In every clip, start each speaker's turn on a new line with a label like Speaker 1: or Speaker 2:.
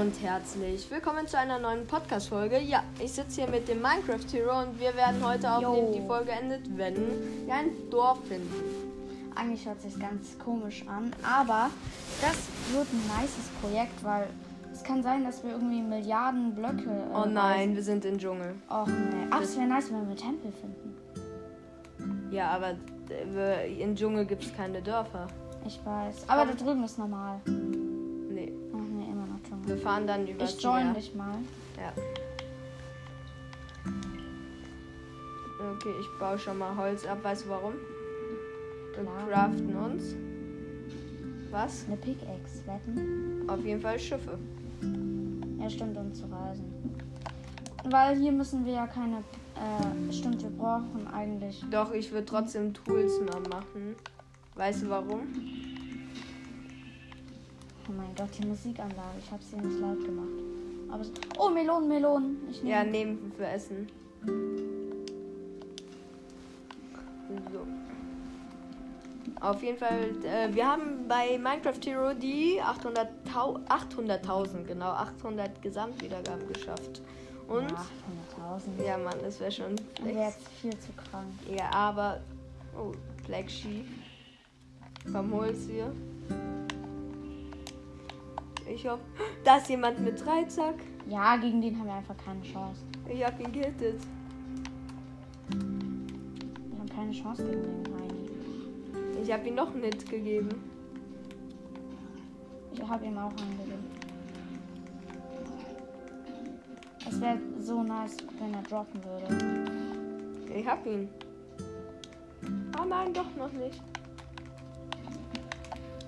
Speaker 1: und herzlich willkommen zu einer neuen Podcast-Folge. Ja, ich sitze hier mit dem Minecraft-Hero und wir werden heute aufnehmen,
Speaker 2: Yo.
Speaker 1: die Folge endet, wenn wir ein Dorf finden.
Speaker 2: Eigentlich hört sich ganz komisch an, aber das wird ein nices Projekt, weil es kann sein, dass wir irgendwie Milliarden Blöcke. Äh,
Speaker 1: Oh nein, wir sind im Dschungel.
Speaker 2: Och nee. Ach, es wäre nice, wenn wir Tempel finden.
Speaker 1: Ja, aber äh, wir- im Dschungel gibt es keine Dörfer.
Speaker 2: Ich weiß. Aber da drüben ist normal. Ach
Speaker 1: Nee,
Speaker 2: nee, immer noch Dschungel.
Speaker 1: wir fahren dann über
Speaker 2: Ich join dich mal.
Speaker 1: Ja. Okay, ich baue schon mal Holz ab. Weißt du warum? Wir
Speaker 2: Klar.
Speaker 1: craften uns. Was?
Speaker 2: Eine Pickaxe wetten.
Speaker 1: Auf jeden Fall Schiffe.
Speaker 2: Ja, stimmt, um zu reisen. Weil hier müssen wir ja keine. Äh, stimmt, wir brauchen eigentlich.
Speaker 1: Doch, ich will trotzdem Tools mal machen. Weißt du warum?
Speaker 2: Oh mein Gott, die Musikanlage. Ich habe sie nicht laut gemacht. Aber es- Oh, Melonen, Melonen. Ich nehme
Speaker 1: Ja, nehmen wir für Essen. So. Auf jeden Fall, äh, wir haben bei Minecraft Hero die 800.000, 800.000, genau, 800 Gesamtwiedergaben geschafft. Und,
Speaker 2: 800.000.
Speaker 1: ja, Mann, das wäre schon
Speaker 2: Und
Speaker 1: flex.
Speaker 2: jetzt viel zu krank.
Speaker 1: Ja, aber, oh, Black Sheep. Komm, hol's hier. Ich hoffe, da ist jemand mit Dreizack.
Speaker 2: Ja, gegen den haben wir einfach keine Chance.
Speaker 1: Ich hab ihn gehittet.
Speaker 2: Wir haben keine Chance gegen den Heini.
Speaker 1: Ich hab ihm noch einen Hit gegeben.
Speaker 2: Ich habe ihm auch angegeben. Es wäre so nice, wenn er droppen würde.
Speaker 1: Ich hab ihn. Ah nein, doch noch nicht.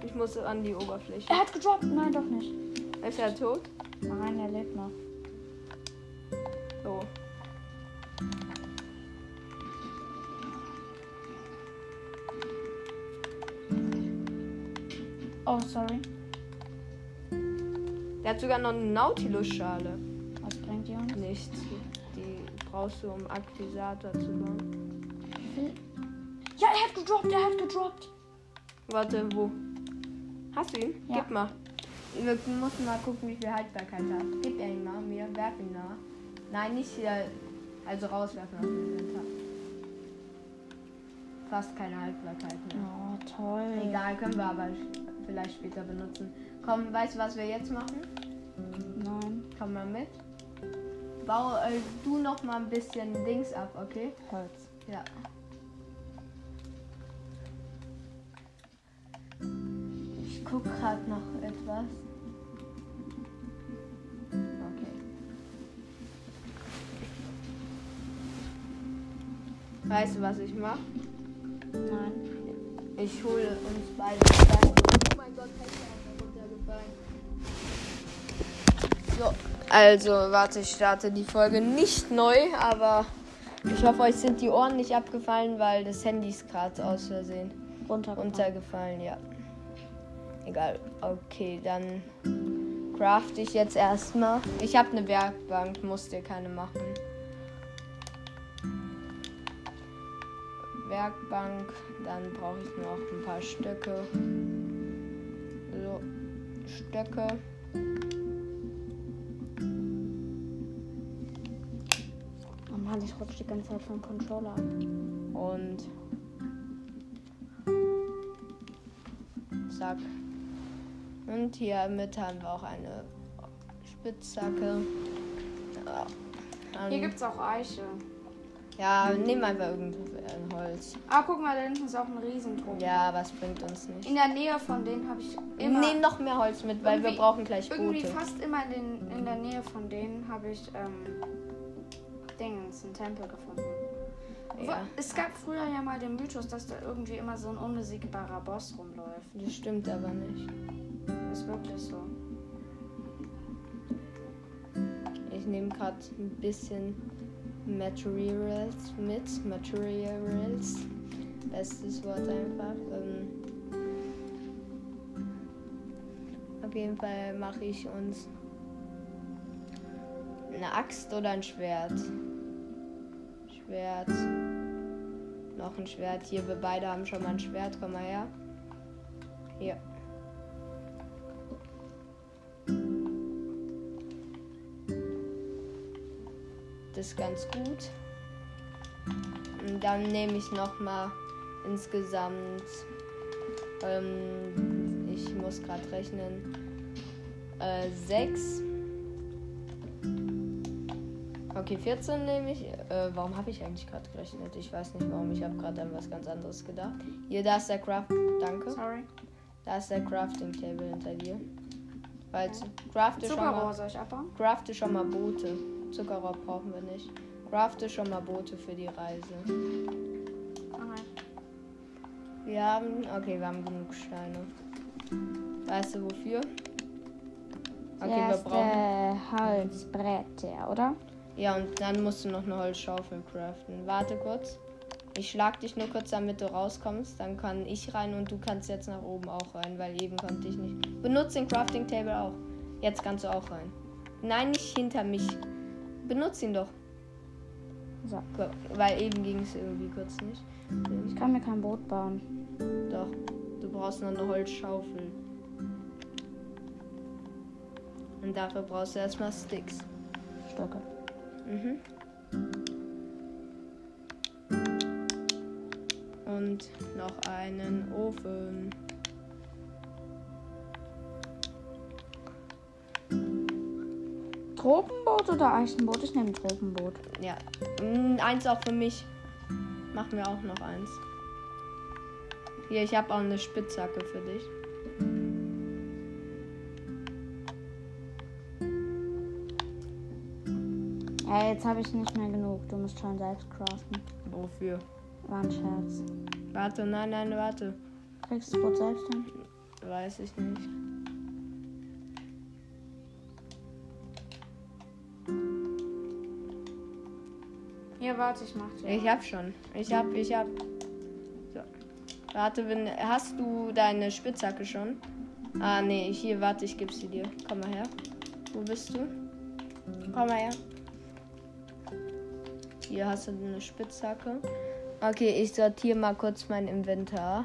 Speaker 1: Ich muss an die Oberfläche.
Speaker 2: Er hat gedroppt. Nein, doch nicht.
Speaker 1: Ist er tot?
Speaker 2: Nein, er lebt noch.
Speaker 1: So.
Speaker 2: Oh, sorry.
Speaker 1: Er hat sogar noch eine Nautilus-Schale.
Speaker 2: Was bringt ihr uns?
Speaker 1: Nichts. Die brauchst du, um Akquisator zu bauen.
Speaker 2: Ja, er hat gedroppt. Er hat gedroppt.
Speaker 1: Warte, wo? Hast du ihn?
Speaker 2: Ja.
Speaker 1: Gib mal. Wir müssen mal gucken, wie viel Haltbarkeit er hat. Gib ihn mal mir, werf ihn nach. Nein, nicht hier. Also rauswerfen aus dem Inventar. Fast keine Haltbarkeit mehr.
Speaker 2: Oh, toll.
Speaker 1: Egal, können wir aber sch- vielleicht später benutzen. Komm, weißt du, was wir jetzt machen?
Speaker 2: Nein.
Speaker 1: Komm mal mit. Bau äh, du noch mal ein bisschen Dings ab, okay?
Speaker 2: Holz.
Speaker 1: Ja. Ich guck gerade noch etwas. Okay. Weißt du, was ich mache?
Speaker 2: Nein.
Speaker 1: Ich hole uns beide Steine. Oh mein Gott, Hector ist runtergefallen. So, also warte, ich starte die Folge nicht neu, aber ich hoffe, euch sind die Ohren nicht abgefallen, weil das Handy ist gerade aus Versehen
Speaker 2: Runter.
Speaker 1: runtergefallen, ja. Egal, okay, dann crafte ich jetzt erstmal. Ich habe eine Werkbank, musst dir keine machen. Werkbank, dann brauche ich noch ein paar Stöcke. So, Stöcke.
Speaker 2: Oh Mann, ich rutsche die ganze Zeit vom Controller ab.
Speaker 1: Und Zack. Und hiermit haben wir auch eine Spitzhacke. Ja,
Speaker 3: Hier
Speaker 1: ähm,
Speaker 3: gibt's auch Eiche.
Speaker 1: ja nehmen wir einfach irgendwo ein Holz.
Speaker 3: Ah, guck mal, da hinten ist auch ein Riesenturm.
Speaker 1: Ja, was bringt uns nicht.
Speaker 3: In der Nähe von denen habe ich immer.
Speaker 1: Nehmen noch mehr Holz mit, weil wir
Speaker 3: Irgendwie-
Speaker 1: brauchen gleich
Speaker 3: irgendwie
Speaker 1: Boote.
Speaker 3: fast immer in, den, in der Nähe von denen habe ich ähm, Dingens, einen Tempel gefunden.
Speaker 1: Ja,
Speaker 3: Wo- Es gab früher ja mal den Mythos, dass da irgendwie immer so ein unbesiegbarer Boss rumläuft.
Speaker 1: das stimmt aber nicht.
Speaker 3: Ist wirklich so.
Speaker 1: Ich nehme gerade ein bisschen Materials mit. Materials. Bestes Wort einfach. Ähm, auf jeden Fall mache ich uns eine Axt oder ein Schwert. Schwert. Noch ein Schwert. Hier, wir beide haben schon mal ein Schwert. Komm mal her. Hier. das ganz gut. Und dann nehme ich nochmal insgesamt. Ähm, ich muss gerade rechnen. Äh, 6. Okay, 14 nehme ich. Äh, warum habe ich eigentlich gerade gerechnet? Ich weiß nicht warum. Ich habe gerade an was ganz anderes gedacht. Hier, da ist der Craft. Danke.
Speaker 3: Sorry.
Speaker 1: Da ist der Crafting Table hinter dir. Weil crafte schon mal.
Speaker 3: Zuckerrohr soll ich abbauen?
Speaker 1: Crafte schon mal Boote. Zuckerrohr brauchen wir nicht. Crafte schon mal Boote für die Reise.
Speaker 3: Okay.
Speaker 1: Wir haben. Okay, wir haben genug Steine. Weißt du wofür? Okay, wir
Speaker 2: Erste
Speaker 1: brauchen.
Speaker 2: Holzbrett, ja, oder?
Speaker 1: Ja, und dann musst du noch eine Holzschaufel craften. Warte kurz. Ich schlag dich nur kurz, damit du rauskommst. Dann kann ich rein und du kannst jetzt nach oben auch rein, weil eben konnte ich nicht. Benutz den Crafting Table auch. Jetzt kannst du auch rein. Nein, nicht hinter mich. Benutz ihn doch.
Speaker 2: So.
Speaker 1: Gu- Weil eben ging es irgendwie kurz nicht.
Speaker 2: Ich kann mir kein Boot bauen.
Speaker 1: Doch, du brauchst noch eine Holzschaufel. Und dafür brauchst du erstmal Sticks.
Speaker 2: Stöcke.
Speaker 1: Mhm. Und noch einen Ofen.
Speaker 2: Tropenboot oder Eichenboot? Ich nehme Tropenboot.
Speaker 1: Ja. Mm, eins auch für mich. Machen wir auch noch eins. Hier, ich habe auch eine Spitzhacke für dich.
Speaker 2: Ja, jetzt habe ich nicht mehr genug. Du musst schon selbst craften.
Speaker 1: Wofür?
Speaker 2: War ein Scherz.
Speaker 1: Warte, nein, nein, warte.
Speaker 2: Kriegst du das Boot selbst hin?
Speaker 1: Weiß ich nicht.
Speaker 3: Hier, warte, ich mach dir.
Speaker 1: Ich hab schon. Ich hab, ich hab. So. Warte, wenn, hast du deine Spitzhacke schon? Ah, nee, hier, warte, ich geb sie dir. Komm mal her. Wo bist du? Komm mal her. Hier hast du eine Spitzhacke. Okay, ich sortiere mal kurz mein Inventar,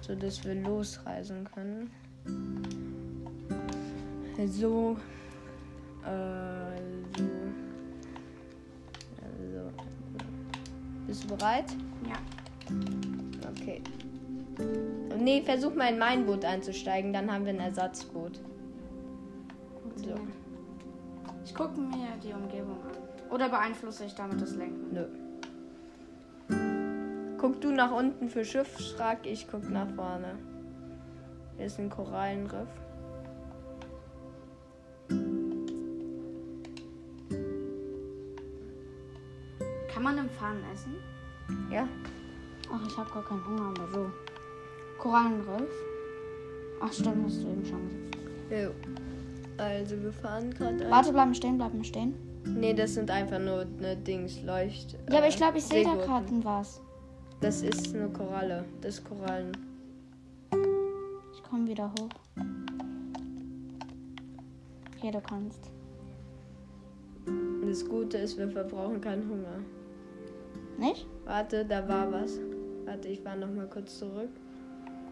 Speaker 1: so dass wir losreisen können. So. Äh, so. Also. Bist du bereit?
Speaker 3: Ja.
Speaker 1: Okay. Nee, versuch mal in mein Boot einzusteigen, dann haben wir ein Ersatzboot. So.
Speaker 3: Funktioniert. Ich gucke mir die Umgebung an. Oder beeinflusse ich damit das Lenken?
Speaker 1: Nö. Guck du nach unten für Schiff, frag ich guck nach vorne. Hier ist ein Korallenriff.
Speaker 3: Kann man im Pfannen essen?
Speaker 1: Ja?
Speaker 2: Ach, ich habe gar keinen Hunger, aber so. Korallenriff. Ach, stimmt, hast du eben schon gesagt.
Speaker 1: Jo. Also wir fahren gerade ein.
Speaker 2: Warte, bleiben stehen, bleiben stehen.
Speaker 1: Nee, das sind einfach nur ne Dings, Leucht.
Speaker 2: Ja, aber
Speaker 1: äh,
Speaker 2: ich glaube, ich sehe da
Speaker 1: Seegurken.
Speaker 2: gerade was.
Speaker 1: Das ist eine Koralle. Das ist Korallen.
Speaker 2: Ich komme wieder hoch. Hier, du kannst.
Speaker 1: Und das Gute ist, wir verbrauchen keinen Hunger.
Speaker 2: Nicht?
Speaker 1: Warte, da war was. Warte, ich war noch mal kurz zurück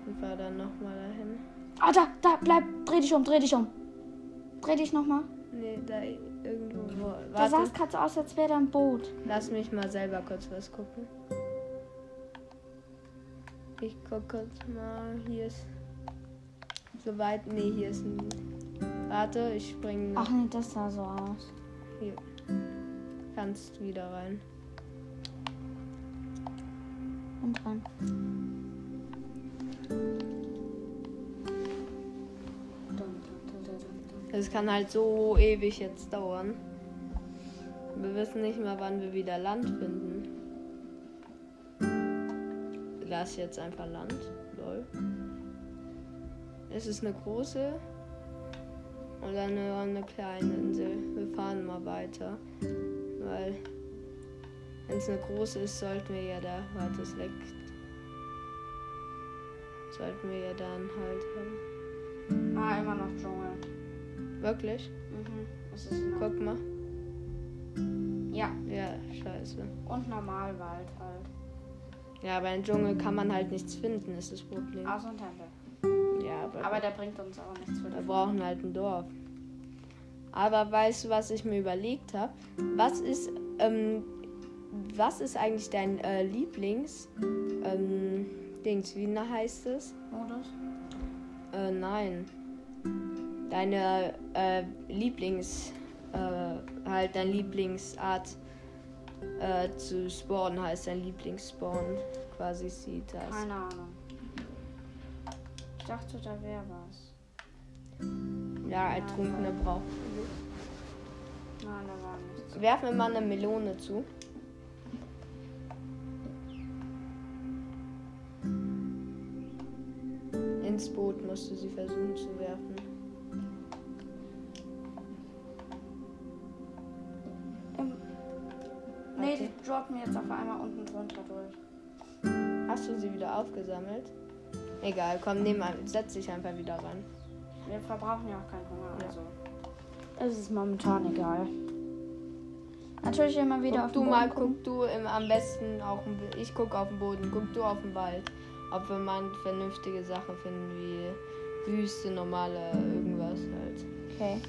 Speaker 1: und war dann noch mal dahin.
Speaker 2: Ah, da, da, bleib. Dreh dich um, dreh dich um. Dreh dich nochmal.
Speaker 1: Nee, da irgendwo. wo-
Speaker 2: Da sah
Speaker 1: Warte,
Speaker 2: es gerade so aus, als wäre da ein Boot.
Speaker 1: lass mich mal selber kurz was gucken. Ich guck kurz mal, hier ist soweit. Nee, hier ist ein Warte, ich spring
Speaker 2: Ach
Speaker 1: noch.
Speaker 2: nee, das sah so aus.
Speaker 1: Hier. Kannst wieder rein.
Speaker 2: Bin dran.
Speaker 1: Es kann halt so ewig jetzt dauern. Wir wissen nicht mal, wann wir wieder Land finden. Da ist jetzt einfach Land. Lol. Es ist eine große und eine, eine kleine Insel. Wir fahren mal weiter. Weil, wenn es eine große ist, sollten wir ja da. Warte, es leckt. Sollten wir ja da einen Halt haben.
Speaker 3: Ah, immer noch Dschungel.
Speaker 1: Wirklich?
Speaker 3: Mhm. Es ist noch.
Speaker 1: Guck mal.
Speaker 3: Ja,
Speaker 1: Ja, scheiße.
Speaker 3: und Normalwald halt.
Speaker 1: Ja, aber im Dschungel kann man halt nichts finden, ist das Problem.
Speaker 2: Ah.
Speaker 3: Außer ein Tempel.
Speaker 1: Ja, aber,
Speaker 3: Aber der bringt uns auch nichts für
Speaker 1: wir
Speaker 3: das.
Speaker 1: brauchen halt ein Dorf. Aber weißt du, was ich mir überlegt habe? Was ist, ähm, was ist eigentlich dein äh, Lieblings, ähm, Dings, wie ne- heißt es?
Speaker 2: Modus.
Speaker 1: Äh, nein. Deine äh, Lieblings, äh, halt dein Lieblingsart äh, zu spawnen heißt dein Lieblingsspawn quasi sieht das.
Speaker 3: Keine Ahnung. Ich dachte, da wäre was.
Speaker 1: Ja, Ertrunkene braucht.
Speaker 3: Nein, da war nichts.
Speaker 1: Werf mir mal eine Melone zu. Ins Boot musst du sie versuchen zu werfen.
Speaker 2: Nee,
Speaker 1: Warte.
Speaker 2: die droppen jetzt auf einmal unten drunter durch.
Speaker 1: Hast du sie wieder aufgesammelt? Egal, komm, nehm ein, setz dich einfach wieder ran.
Speaker 3: Wir verbrauchen ja auch keinen Hunger,
Speaker 1: Ja.
Speaker 3: also. Es ist momentan egal.
Speaker 2: Natürlich immer wieder
Speaker 1: Guck
Speaker 2: auf
Speaker 1: du
Speaker 2: den Boden
Speaker 1: mal,
Speaker 2: gucken.
Speaker 1: guck du im, am besten auf den, ich guck auf den Boden, guck du auf den Wald, ob wir mal vernünftige Sachen finden wie Wüste, normale irgendwas halt.
Speaker 2: Okay.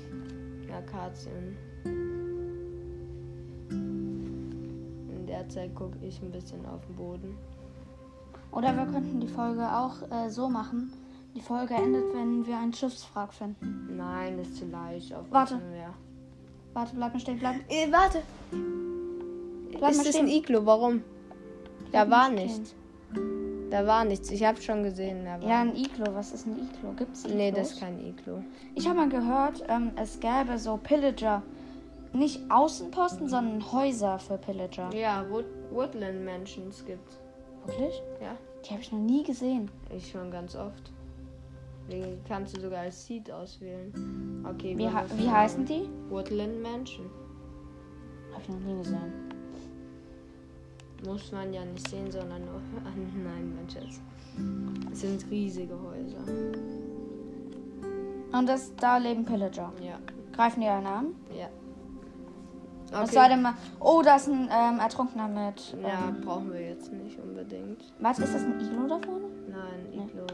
Speaker 1: Akazien. In der Zeit gucke ich ein bisschen auf den Boden.
Speaker 2: Oder wir könnten die Folge auch äh, so machen. Die Folge endet, wenn wir einen Schiffswrack finden.
Speaker 1: Nein, ist zu leicht. Auf
Speaker 2: Warte.
Speaker 1: dem Meer.
Speaker 2: Warte, bleib mal stehen, bleib,
Speaker 1: Äh, warte.
Speaker 2: bleib mal
Speaker 1: ist das ein
Speaker 2: stehen.
Speaker 1: Iglo? Warum? Da
Speaker 2: mal
Speaker 1: war
Speaker 2: stehen.
Speaker 1: nichts. Da war nichts. Ich habe schon gesehen. Da war
Speaker 2: Ja, ein Iglo. Was ist ein Iglo? Gibt's Iglos?
Speaker 1: nee, das ist kein Iglo.
Speaker 2: Ich habe mal gehört, ähm, es gäbe so Pillager. Nicht Außenposten, sondern Häuser für Pillager.
Speaker 1: Ja, Wood Woodland Mansions gibt's.
Speaker 2: Wirklich?
Speaker 1: Ja,
Speaker 2: Die habe ich noch nie gesehen.
Speaker 1: ich schon ganz oft. Die kannst du sogar als Seed auswählen. Okay,
Speaker 2: Wie,
Speaker 1: wollen
Speaker 2: ha
Speaker 1: wir
Speaker 2: wie
Speaker 1: von-
Speaker 2: heißen die?
Speaker 1: Woodland Mansion.
Speaker 2: Habe ich noch nie gesehen.
Speaker 1: Muss man ja nicht sehen, sondern nur hören. Nein, mein Schatz. Es sind riesige Häuser.
Speaker 2: Und das, da leben Pillager.
Speaker 1: Ja,
Speaker 2: Greifen die einen an?
Speaker 1: ja.
Speaker 2: Was
Speaker 1: Okay.
Speaker 2: soll denn mal. Oh, da ist ein ähm, Ertrunkener mit. Ähm,
Speaker 1: Ja, brauchen wir jetzt nicht unbedingt.
Speaker 2: Warte, ist das ein Iglo da vorne?
Speaker 1: Nein, Iglo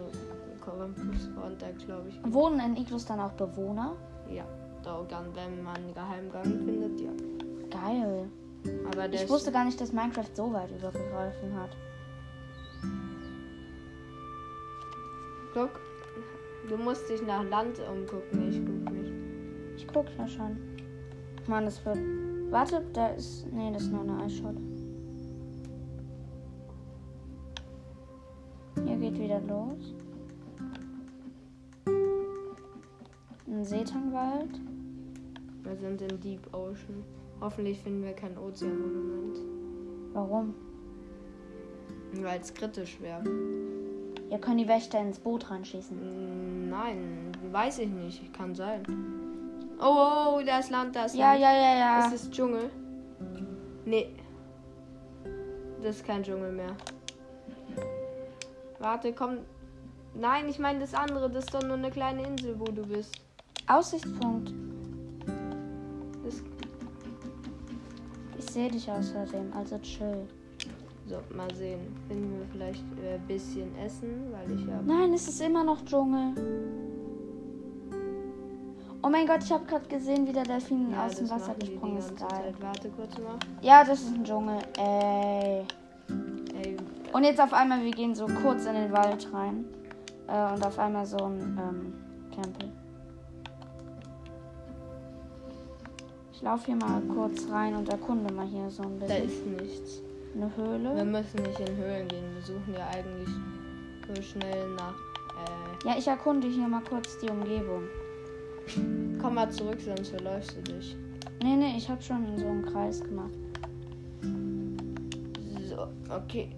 Speaker 1: Columbus und da glaube ich.
Speaker 2: Wohnen in Iglos dann auch Bewohner?
Speaker 1: Ja, da kann, wenn man einen Geheimgang findet, ja.
Speaker 2: Geil.
Speaker 1: Aber der
Speaker 2: Ich
Speaker 1: ist-
Speaker 2: wusste gar nicht, dass Minecraft so weit übergegriffen hat.
Speaker 1: Guck, du musst dich nach Land umgucken. Ich guck nicht.
Speaker 2: Ich guck da schon. Mann, das wird. Warte, da ist. Nee, das ist nur eine Eisscholle. Hier geht wieder los. Ein Seetangwald.
Speaker 1: Wir sind in Deep Ocean. Hoffentlich finden wir kein Ozeanmonument.
Speaker 2: Warum?
Speaker 1: Weil es kritisch wäre.
Speaker 2: Hier können die Wächter ins Boot reinschießen.
Speaker 1: Mm, Nein, weiß ich nicht. Kann sein. Oh, oh da ist Land, da ist
Speaker 2: Ja,
Speaker 1: Land.
Speaker 2: ja, ja,
Speaker 1: Ist
Speaker 2: ja.
Speaker 1: das Dschungel? Nee. Das ist kein Dschungel mehr. Warte, komm. Nein, ich meine das andere. Das ist doch nur eine kleine Insel, wo du bist.
Speaker 2: Aussichtspunkt.
Speaker 1: Das
Speaker 2: Ich sehe dich außerdem, also chill.
Speaker 1: so, mal sehen. Finden wir vielleicht äh, ein bisschen Essen, weil ich ja.
Speaker 2: Nein, es ist immer noch Dschungel. Oh mein Gott, ich habe gerade gesehen, wie der Delfin
Speaker 1: ja,
Speaker 2: aus dem Wasser
Speaker 1: machen die die
Speaker 2: gesprungen ist.
Speaker 1: ganze
Speaker 2: Geil.
Speaker 1: Zeit. Warte kurz mal.
Speaker 2: Ja, das ist ein Dschungel. Ey.
Speaker 1: Ey,
Speaker 2: Und jetzt auf einmal, wir gehen so kurz in den Wald rein. Äh, und auf einmal so ein ähm, Tempel. Ich laufe hier mal kurz rein und erkunde mal hier so ein
Speaker 1: da
Speaker 2: bisschen.
Speaker 1: ist nichts.
Speaker 2: Eine
Speaker 1: Wir
Speaker 2: Höhle.
Speaker 1: müssen nicht in Höhlen gehen. Wir suchen ja eigentlich nur schnell nach. Äh,
Speaker 2: Ja, ich erkunde hier mal kurz die Umgebung.
Speaker 1: komm mal zurück, sonst verläufst du dich.
Speaker 2: Nee, nee, ich habe schon so einen Kreis gemacht.
Speaker 1: So, okay.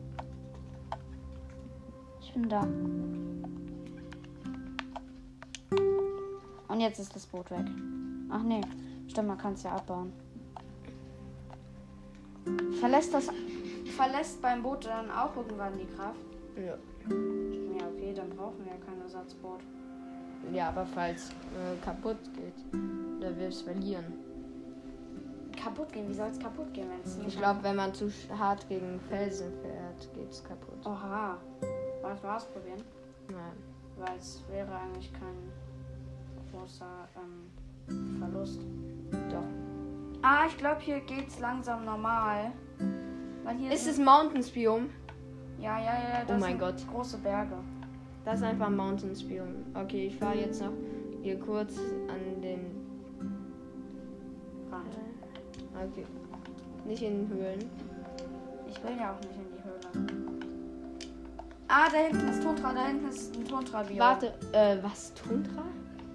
Speaker 2: Ich bin da. Und jetzt ist das Boot weg. Ach nee, stimmt, man kann es ja abbauen.
Speaker 3: Verlässt das. Verlässt beim Boot dann auch irgendwann die Kraft?
Speaker 1: Ja.
Speaker 3: Ja, okay, dann brauchen wir ja kein Ersatzboot.
Speaker 1: Ja, aber falls äh, kaputt geht, dann wir es verlieren.
Speaker 3: Kaputt gehen, wie soll es kaputt gehen, wenn es nicht.
Speaker 1: Ich glaube, wenn man zu sch- hart gegen Felsen fährt, geht's kaputt.
Speaker 3: Oha. Wollen wir ausprobieren?
Speaker 1: Nein.
Speaker 3: Weil es wäre eigentlich kein großer ähm, Verlust. Doch. Ah, ich glaube, hier geht's langsam normal. Weil hier
Speaker 1: Ist
Speaker 3: sind-
Speaker 1: es Mountains Biom?
Speaker 3: Ja, ja, ja, das
Speaker 1: Oh mein
Speaker 3: sind
Speaker 1: Gott.
Speaker 3: große Berge.
Speaker 1: Das ist einfach Mountains Biom. Okay, ich fahre jetzt noch hier kurz an den. äh,
Speaker 3: Rand.
Speaker 1: Okay. Nicht in den Höhlen.
Speaker 3: Ich will ja auch nicht in die Höhle. Ah, da hinten ist Tundra, da hinten ist ein Tundra-Bio.
Speaker 1: Warte, äh, was? Tundra?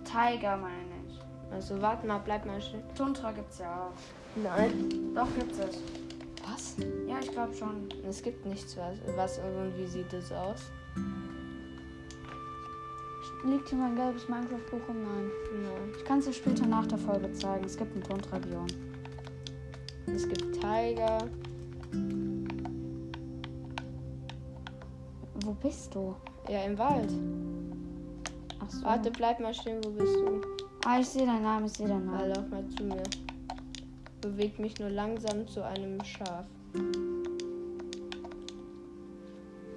Speaker 3: Tiger meine ich.
Speaker 1: Also, warte mal, bleib mal schön.
Speaker 3: Tundra gibt's ja auch.
Speaker 1: Nein.
Speaker 3: Doch, gibt's es.
Speaker 1: Was?
Speaker 3: Ja, ich glaube schon.
Speaker 1: Es gibt nichts, was. Was und wie sieht es aus?
Speaker 2: Liegt hier mein gelbes Minecraft-Buch rum? Nein.
Speaker 1: Nein.
Speaker 2: Ich kann es dir später nach der Folge zeigen. Es gibt ein Tontrabion.
Speaker 1: Es gibt Tiger.
Speaker 2: Wo bist du?
Speaker 1: Ja, im Wald.
Speaker 2: Ach so.
Speaker 1: Warte, bleib mal stehen, wo bist du?
Speaker 2: Ah, ich sehe deinen Namen, ich sehe deinen
Speaker 1: Ah,
Speaker 2: Namen.
Speaker 1: lauf mal zu mir. Beweg mich nur langsam zu einem Schaf.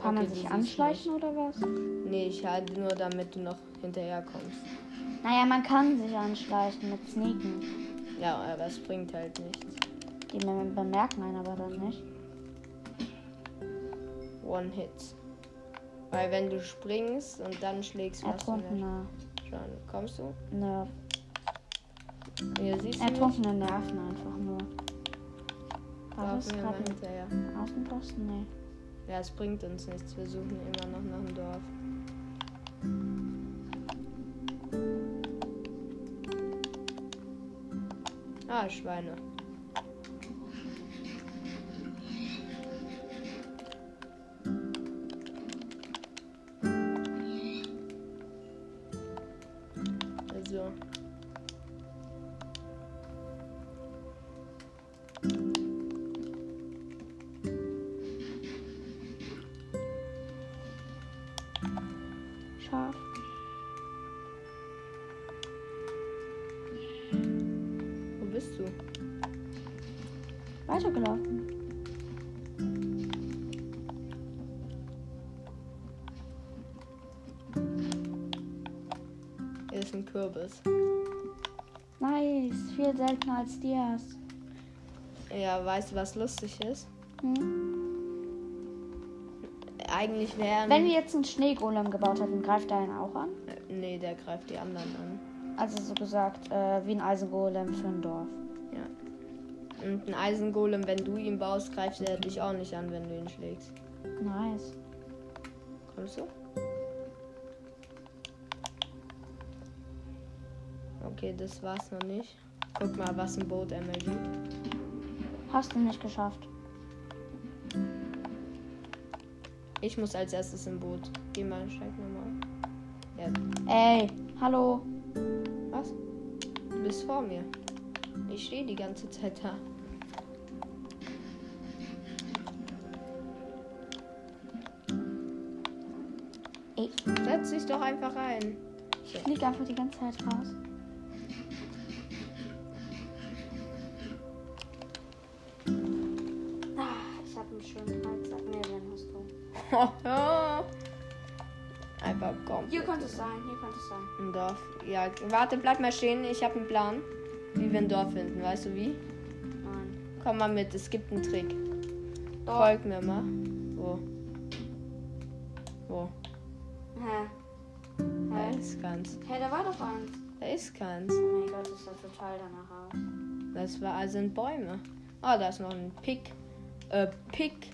Speaker 2: Kann man
Speaker 1: Okay, du
Speaker 2: sich
Speaker 1: siehst
Speaker 2: anschleichen oder was?
Speaker 1: Nee, ich halte nur, damit du noch hinterherkommst.
Speaker 2: Naja, man kann sich anschleichen mit Sneaken.
Speaker 1: Ja, aber es bringt halt nichts.
Speaker 2: Die be- bemerken einen aber dann nicht.
Speaker 1: One-Hits. Weil wenn du springst und dann schlägst, machst du nicht
Speaker 2: Ertrunkene
Speaker 1: schon. Kommst du?
Speaker 2: Nerv.
Speaker 1: Hier siehst du mich?
Speaker 2: Ertrunkene Nerven einfach nur. War das
Speaker 1: Laufen wir mal
Speaker 2: gerade ein
Speaker 1: hinterher.
Speaker 2: Außenposten? Nee.
Speaker 1: Ja, es bringt uns nichts. Wir suchen immer noch nach dem Dorf. Ah, Schweine. Also.
Speaker 2: Schaf.
Speaker 1: Wo bist du?
Speaker 2: Weitergelaufen.
Speaker 1: Hier ist ein Kürbis.
Speaker 2: Nice. Viel seltener als Dias.
Speaker 1: Ja, weißt du, was lustig ist?
Speaker 2: Hm?
Speaker 1: Eigentlich wären.
Speaker 2: Wenn wir jetzt einen Schneegolem gebaut hätten, greift der einen auch an?
Speaker 1: Äh, Nee, der greift die anderen an.
Speaker 2: Also so gesagt, äh, wie ein Eisengolem für ein Dorf.
Speaker 1: Ja. Und ein Eisengolem, wenn du ihn baust, greift er dich auch nicht an, wenn du ihn schlägst.
Speaker 2: Nice.
Speaker 1: Kommst du? Okay, das war's noch nicht. Guck mal, was ein Boot ermöglicht.
Speaker 2: Hast du nicht geschafft.
Speaker 1: Ich muss als erstes im Boot. Geh mal, steig nochmal. Ja,
Speaker 2: Ey, hallo.
Speaker 1: was? Du bist vor mir. Ich stehe die ganze Zeit da.
Speaker 2: Ich
Speaker 1: Setz dich doch einfach rein.
Speaker 2: flieg einfach die ganze Zeit raus.
Speaker 3: Ah, ich habe einen schönen Dreizack. Nee, den hast du.
Speaker 1: Einfach komm.
Speaker 3: Hier könnte es sein, hier könnte es sein.
Speaker 1: Ein Dorf. Ja, warte, bleib mal stehen. Ich habe einen Plan, wie wir ein Dorf finden. Weißt du wie?
Speaker 3: Nein.
Speaker 1: Komm mal mit, es gibt einen Trick.
Speaker 3: Doch.
Speaker 1: Folg mir mal. Wo? Wo?
Speaker 3: Hä?
Speaker 1: Da
Speaker 3: Hä?
Speaker 1: ist keins.
Speaker 3: Hä, da war doch eins.
Speaker 1: Da ist keins.
Speaker 3: Oh mein Gott, das sah total danach aus.
Speaker 1: Das war also sind Bäume. Oh, da ist noch ein Pick. Äh, Pick.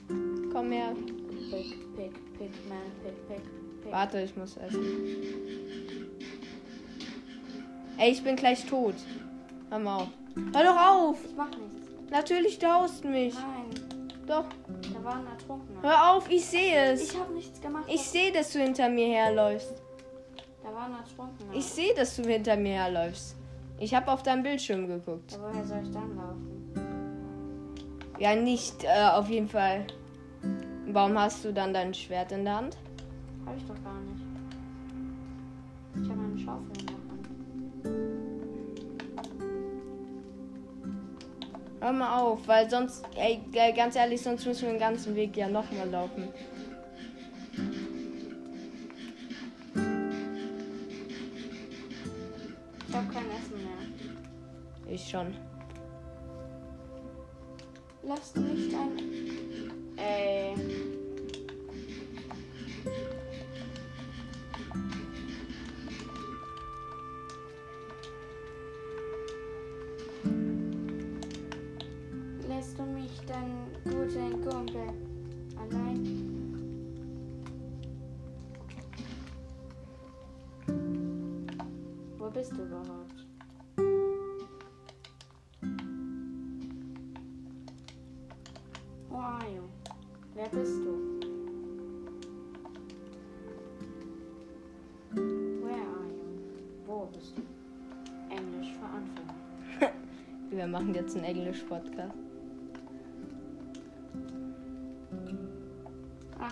Speaker 1: Komm her.
Speaker 3: Pick, pick, pick, man, pick, pick, pick.
Speaker 1: Warte, ich muss essen. Ey, ich bin gleich tot. Hör mal auf. Hör doch auf!
Speaker 3: Ich mach nichts.
Speaker 1: Natürlich, du haust mich.
Speaker 3: Nein,
Speaker 1: Doch.
Speaker 3: da war ein Ertrunkener.
Speaker 1: Hör auf, ich sehe es.
Speaker 3: Ich habe nichts gemacht.
Speaker 1: Ich sehe, dass du hinter mir herläufst.
Speaker 3: da war ein Ertrunkener.
Speaker 1: Ich sehe, dass du hinter mir herläufst. Ich habe auf deinen Bildschirm geguckt.
Speaker 3: ja, woher soll ich dann laufen?
Speaker 1: Ja, nicht, äh, auf jeden Fall. Warum hast du dann dein Schwert in der Hand?
Speaker 3: Habe ich doch gar nicht. Ich habe eine Schaufel in der Hand.
Speaker 1: Hör mal auf, weil sonst, ey, g- ganz ehrlich, sonst müssen wir den ganzen Weg ja nochmal laufen.
Speaker 3: Ich habe kein Essen mehr.
Speaker 1: Ich schon.
Speaker 2: Lass ähm, nicht ein. Ey. Lässt du mich deinen guten Kumpel allein? Wo bist du überhaupt? Who are you? Wer bist du? Where are you? Wo bist du? Englisch für Anfänger.
Speaker 1: Wir machen jetzt einen Englisch-Podcast.
Speaker 2: Ah,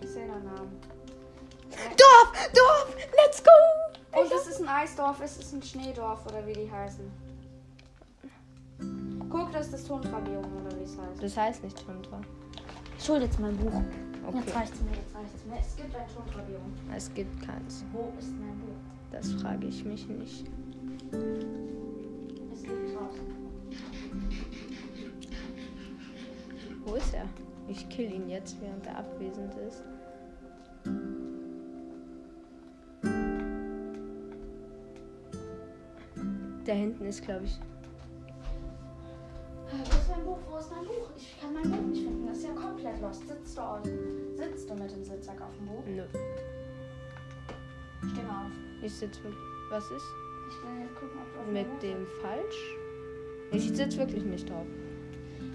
Speaker 2: ich sehe deinen Namen. Oh,
Speaker 1: Dorf! Dorf! Let's go!
Speaker 2: Und es ist ein Eisdorf, es ist ein Schneedorf oder wie die heißen. Guck, das ist das Tontrabiom oder wie es heißt.
Speaker 1: Das heißt nicht Tundra.
Speaker 4: Ich schulde jetzt mein Buch. Jetzt
Speaker 1: Okay.
Speaker 4: reicht's mir.
Speaker 2: Jetzt reicht's mir. Es gibt ein Tontrabiom.
Speaker 1: Es gibt keins.
Speaker 2: Wo ist mein Buch?
Speaker 1: Das frage ich mich nicht.
Speaker 2: Es liegt draußen.
Speaker 1: Wo ist er? Ich kill ihn jetzt, während er abwesend ist. Da hinten ist, glaube ich.
Speaker 2: Äh, Wo ist mein Buch? Wo ist mein Buch? Ich kann mein Buch nicht finden. Das ist ja komplett lost. Sitzt du auf? Sitzt du mit dem Sitzsack auf dem Buch?
Speaker 1: Nö.
Speaker 2: Steh mal auf.
Speaker 1: Ich sitze. Was ist
Speaker 2: Ich will jetzt gucken, ob du auf
Speaker 1: mit
Speaker 2: dem.
Speaker 1: dem falsch? Ich sitze wirklich nicht drauf.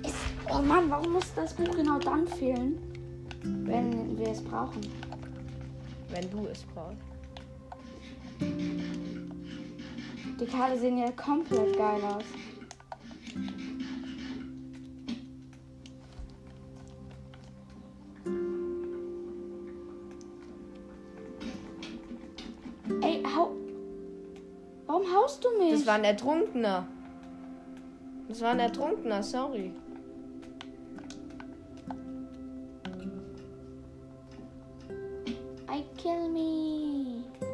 Speaker 2: Buch- Ist, oh Mann, warum muss das Buch genau dann fehlen, wenn wir es brauchen?
Speaker 1: Wenn du es brauchst.
Speaker 2: Die Karte sehen ja komplett geil aus. Ey, hau. Warum haust du mich?
Speaker 1: Das war ein Ertrunkener. Das war ein Ertrunkener, sorry.
Speaker 2: I kill me.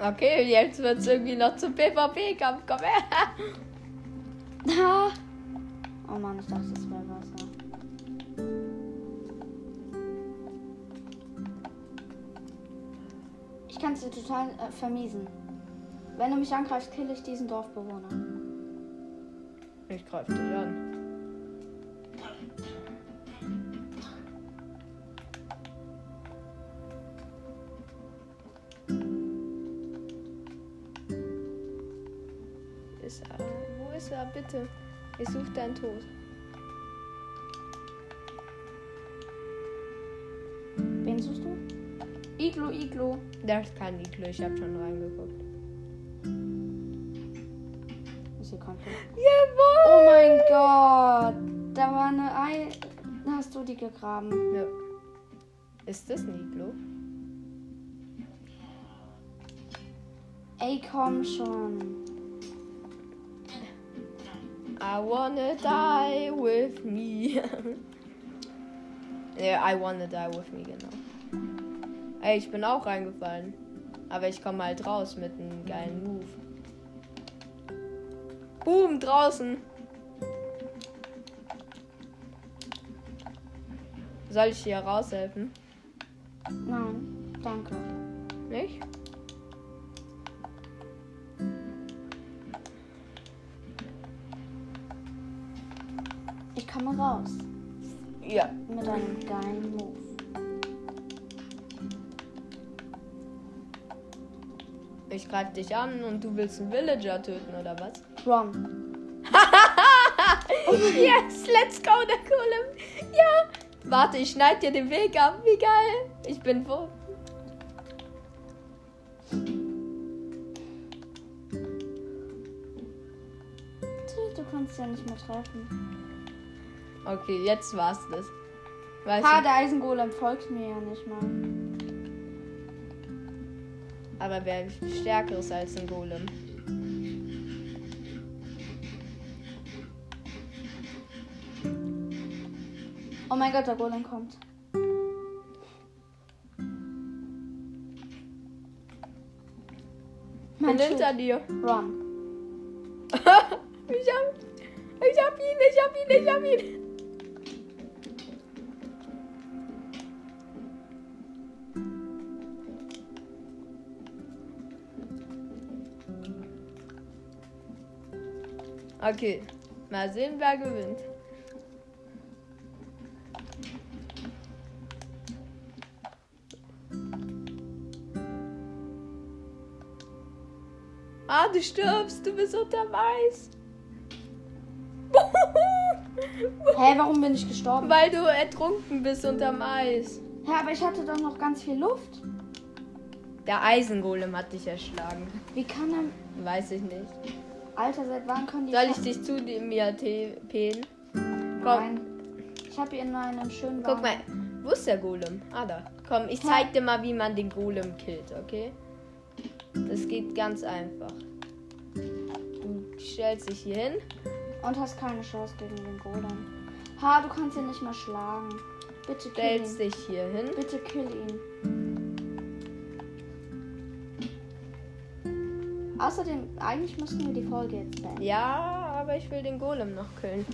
Speaker 1: Okay, jetzt wird es irgendwie noch zum PvP-Kampf. Komm her.
Speaker 2: Ha. Oh Mann, ich dachte, das wäre Wasser. Ich kann es dir total äh, vermiesen. Wenn du mich angreifst, kill ich diesen Dorfbewohner.
Speaker 1: Ich greife dich an. Ist er? Wo ist er? Bitte. Ich suche deinen Tod.
Speaker 2: Wen suchst du? Iglo, Iglo.
Speaker 1: Das kann die Klö. Ich habe schon reingeguckt.
Speaker 2: Ist hier kommt.
Speaker 1: Jawohl!
Speaker 2: Oh mein Gott. Da war eine Ei. Da hast du die gegraben.
Speaker 1: Ja. Ist das Niglo?
Speaker 2: Ey, komm schon.
Speaker 1: I wanna die with me. ja, I wanna die with me, genau. Ey, ich bin auch reingefallen. Aber ich komme halt raus mit einem geilen Move. Boom, draußen. Soll ich dir raushelfen?
Speaker 2: Nein, danke.
Speaker 1: Nicht?
Speaker 2: Ich komme raus.
Speaker 1: Ja.
Speaker 2: Mit einem geilen Move.
Speaker 1: Ich greife dich an und du willst einen Villager töten, oder was?
Speaker 2: Ron.
Speaker 1: Yes, let's go, der Golem. Ja. Warte, ich schneide dir den Weg ab. Wie geil. Ich bin wo?
Speaker 2: Du kannst ja nicht mehr treffen.
Speaker 1: Okay, jetzt war's das. Weißt
Speaker 2: Ha,
Speaker 1: du,
Speaker 2: der Eisengolem folgt mir ja nicht mal.
Speaker 1: aber wer stärker ist als ein Golem?
Speaker 2: Oh mein Gott, der Golem kommt.
Speaker 1: hinter dir.
Speaker 2: Ron.
Speaker 1: Ich hab, ich hab ihn, ich hab ihn, ich hab ihn. Okay, mal sehen, wer gewinnt. Ah, du stirbst, du bist unter Weiß.
Speaker 2: Hä, warum bin ich gestorben?
Speaker 1: Weil du ertrunken bist unterm Eis.
Speaker 2: Hä, aber ich hatte doch noch ganz viel Luft.
Speaker 1: Der Eisengolem hat dich erschlagen.
Speaker 2: Wie kann er.
Speaker 1: Weiß ich nicht.
Speaker 2: Alter, seit wann können die.
Speaker 1: Soll ich dich zu dir- mir tapen? Komm,
Speaker 2: Nein. Ich habe in einem schönen
Speaker 1: guck mal.
Speaker 2: warmen-
Speaker 1: Wo ist der Golem? Ah, da. Komm, ich zeig dir mal, wie man den Golem killt, okay? Das geht ganz einfach. Du stellst dich hier hin.
Speaker 2: Und hast keine Chance gegen den Golem. Ha, du kannst ihn nicht mehr schlagen. Bitte kill
Speaker 1: Stellst
Speaker 2: ihn.
Speaker 1: dich hier hin.
Speaker 2: Bitte kill ihn. Außerdem, eigentlich müssten wir die Folge jetzt beenden.
Speaker 1: Ja, aber ich will den Golem noch killen.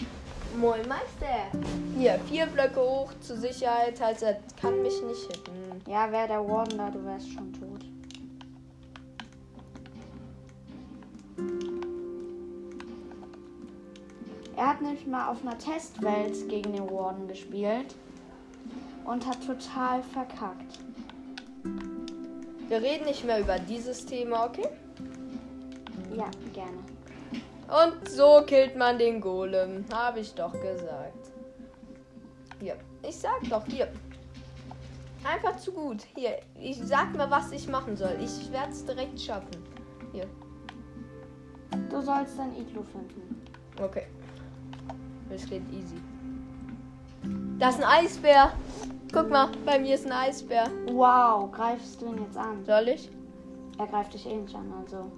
Speaker 1: Moin Meister. Hier, vier Blöcke hoch zur Sicherheit. Heißt, er kann mich nicht hitten.
Speaker 2: Ja, wäre der Warden da, du wärst schon tot. Er hat nämlich mal auf einer Testwelt gegen den Warden gespielt und hat total verkackt.
Speaker 1: Wir reden nicht mehr über dieses Thema, okay?
Speaker 2: Ja, gerne.
Speaker 1: Und so killt man den Golem. Habe ich doch gesagt. Hier, ich sag doch, hier. Einfach zu gut. Hier, ich sag mir, was ich machen soll. Ich werde es direkt schaffen. Hier,
Speaker 2: Du sollst dein Iglu finden.
Speaker 1: okay. Das geht easy. Das ist ein Eisbär. Guck mal, bei mir ist ein Eisbär.
Speaker 2: Wow, greifst du ihn jetzt an?
Speaker 1: Soll ich?
Speaker 2: Er greift dich eh nicht an, also.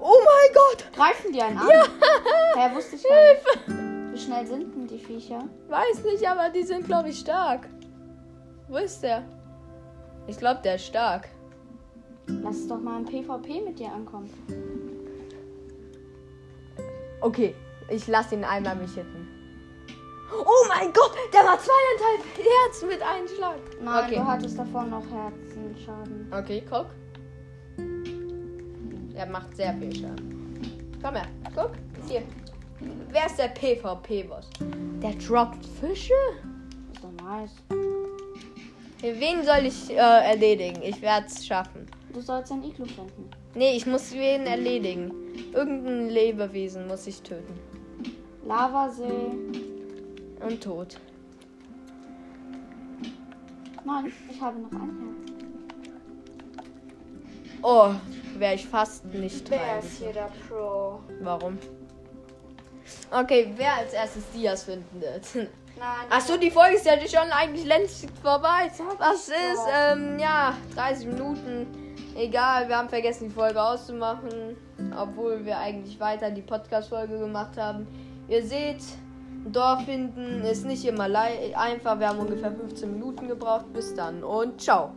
Speaker 1: Oh mein Gott!
Speaker 2: Greifen die einen an?
Speaker 1: Ja!
Speaker 2: Herr, wusste ich gar nicht.
Speaker 1: Hilfe!
Speaker 2: Wie schnell sind denn die Viecher?
Speaker 1: Weiß nicht, aber die sind, glaube ich, stark. Wo ist der? Ich glaube, der ist stark.
Speaker 2: Lass es doch mal im PvP mit dir ankommen.
Speaker 1: Okay, ich lasse ihn einmal mich hitten. Oh mein Gott, der war zweieinhalb Herz mit einem Schlag.
Speaker 2: Nein,
Speaker 1: okay.
Speaker 2: du hattest davor noch Herzenschaden.
Speaker 1: Okay, guck. Er macht sehr viel Schaden. Komm her, guck. Hier. Wer ist der PvP-Boss? Der droppt Fische?
Speaker 2: Ist doch nice.
Speaker 1: Wen soll ich äh, erledigen? Ich werde es schaffen.
Speaker 2: Du sollst ein Iglu finden.
Speaker 1: Nee, ich muss wen erledigen. Irgendein Lebewesen muss ich töten.
Speaker 2: Lavasee.
Speaker 1: Und tot.
Speaker 2: Nein, ich habe noch ein Herz.
Speaker 1: Oh, wäre ich fast nicht
Speaker 3: Wer
Speaker 1: rein.
Speaker 3: ist hier der Pro?
Speaker 1: Warum? Okay, wer als erstes Dias finden wird.
Speaker 3: Nein.
Speaker 1: Achso, die Folge ist ja schon eigentlich längst vorbei. Was ist? Ähm, ja, 30 Minuten. Egal, wir haben vergessen, die Folge auszumachen. Obwohl wir eigentlich weiter die Podcast-Folge gemacht haben. Ihr seht, ein Dorf finden ist nicht immer lei- einfach. Wir haben ungefähr 15 Minuten gebraucht. Bis dann und ciao.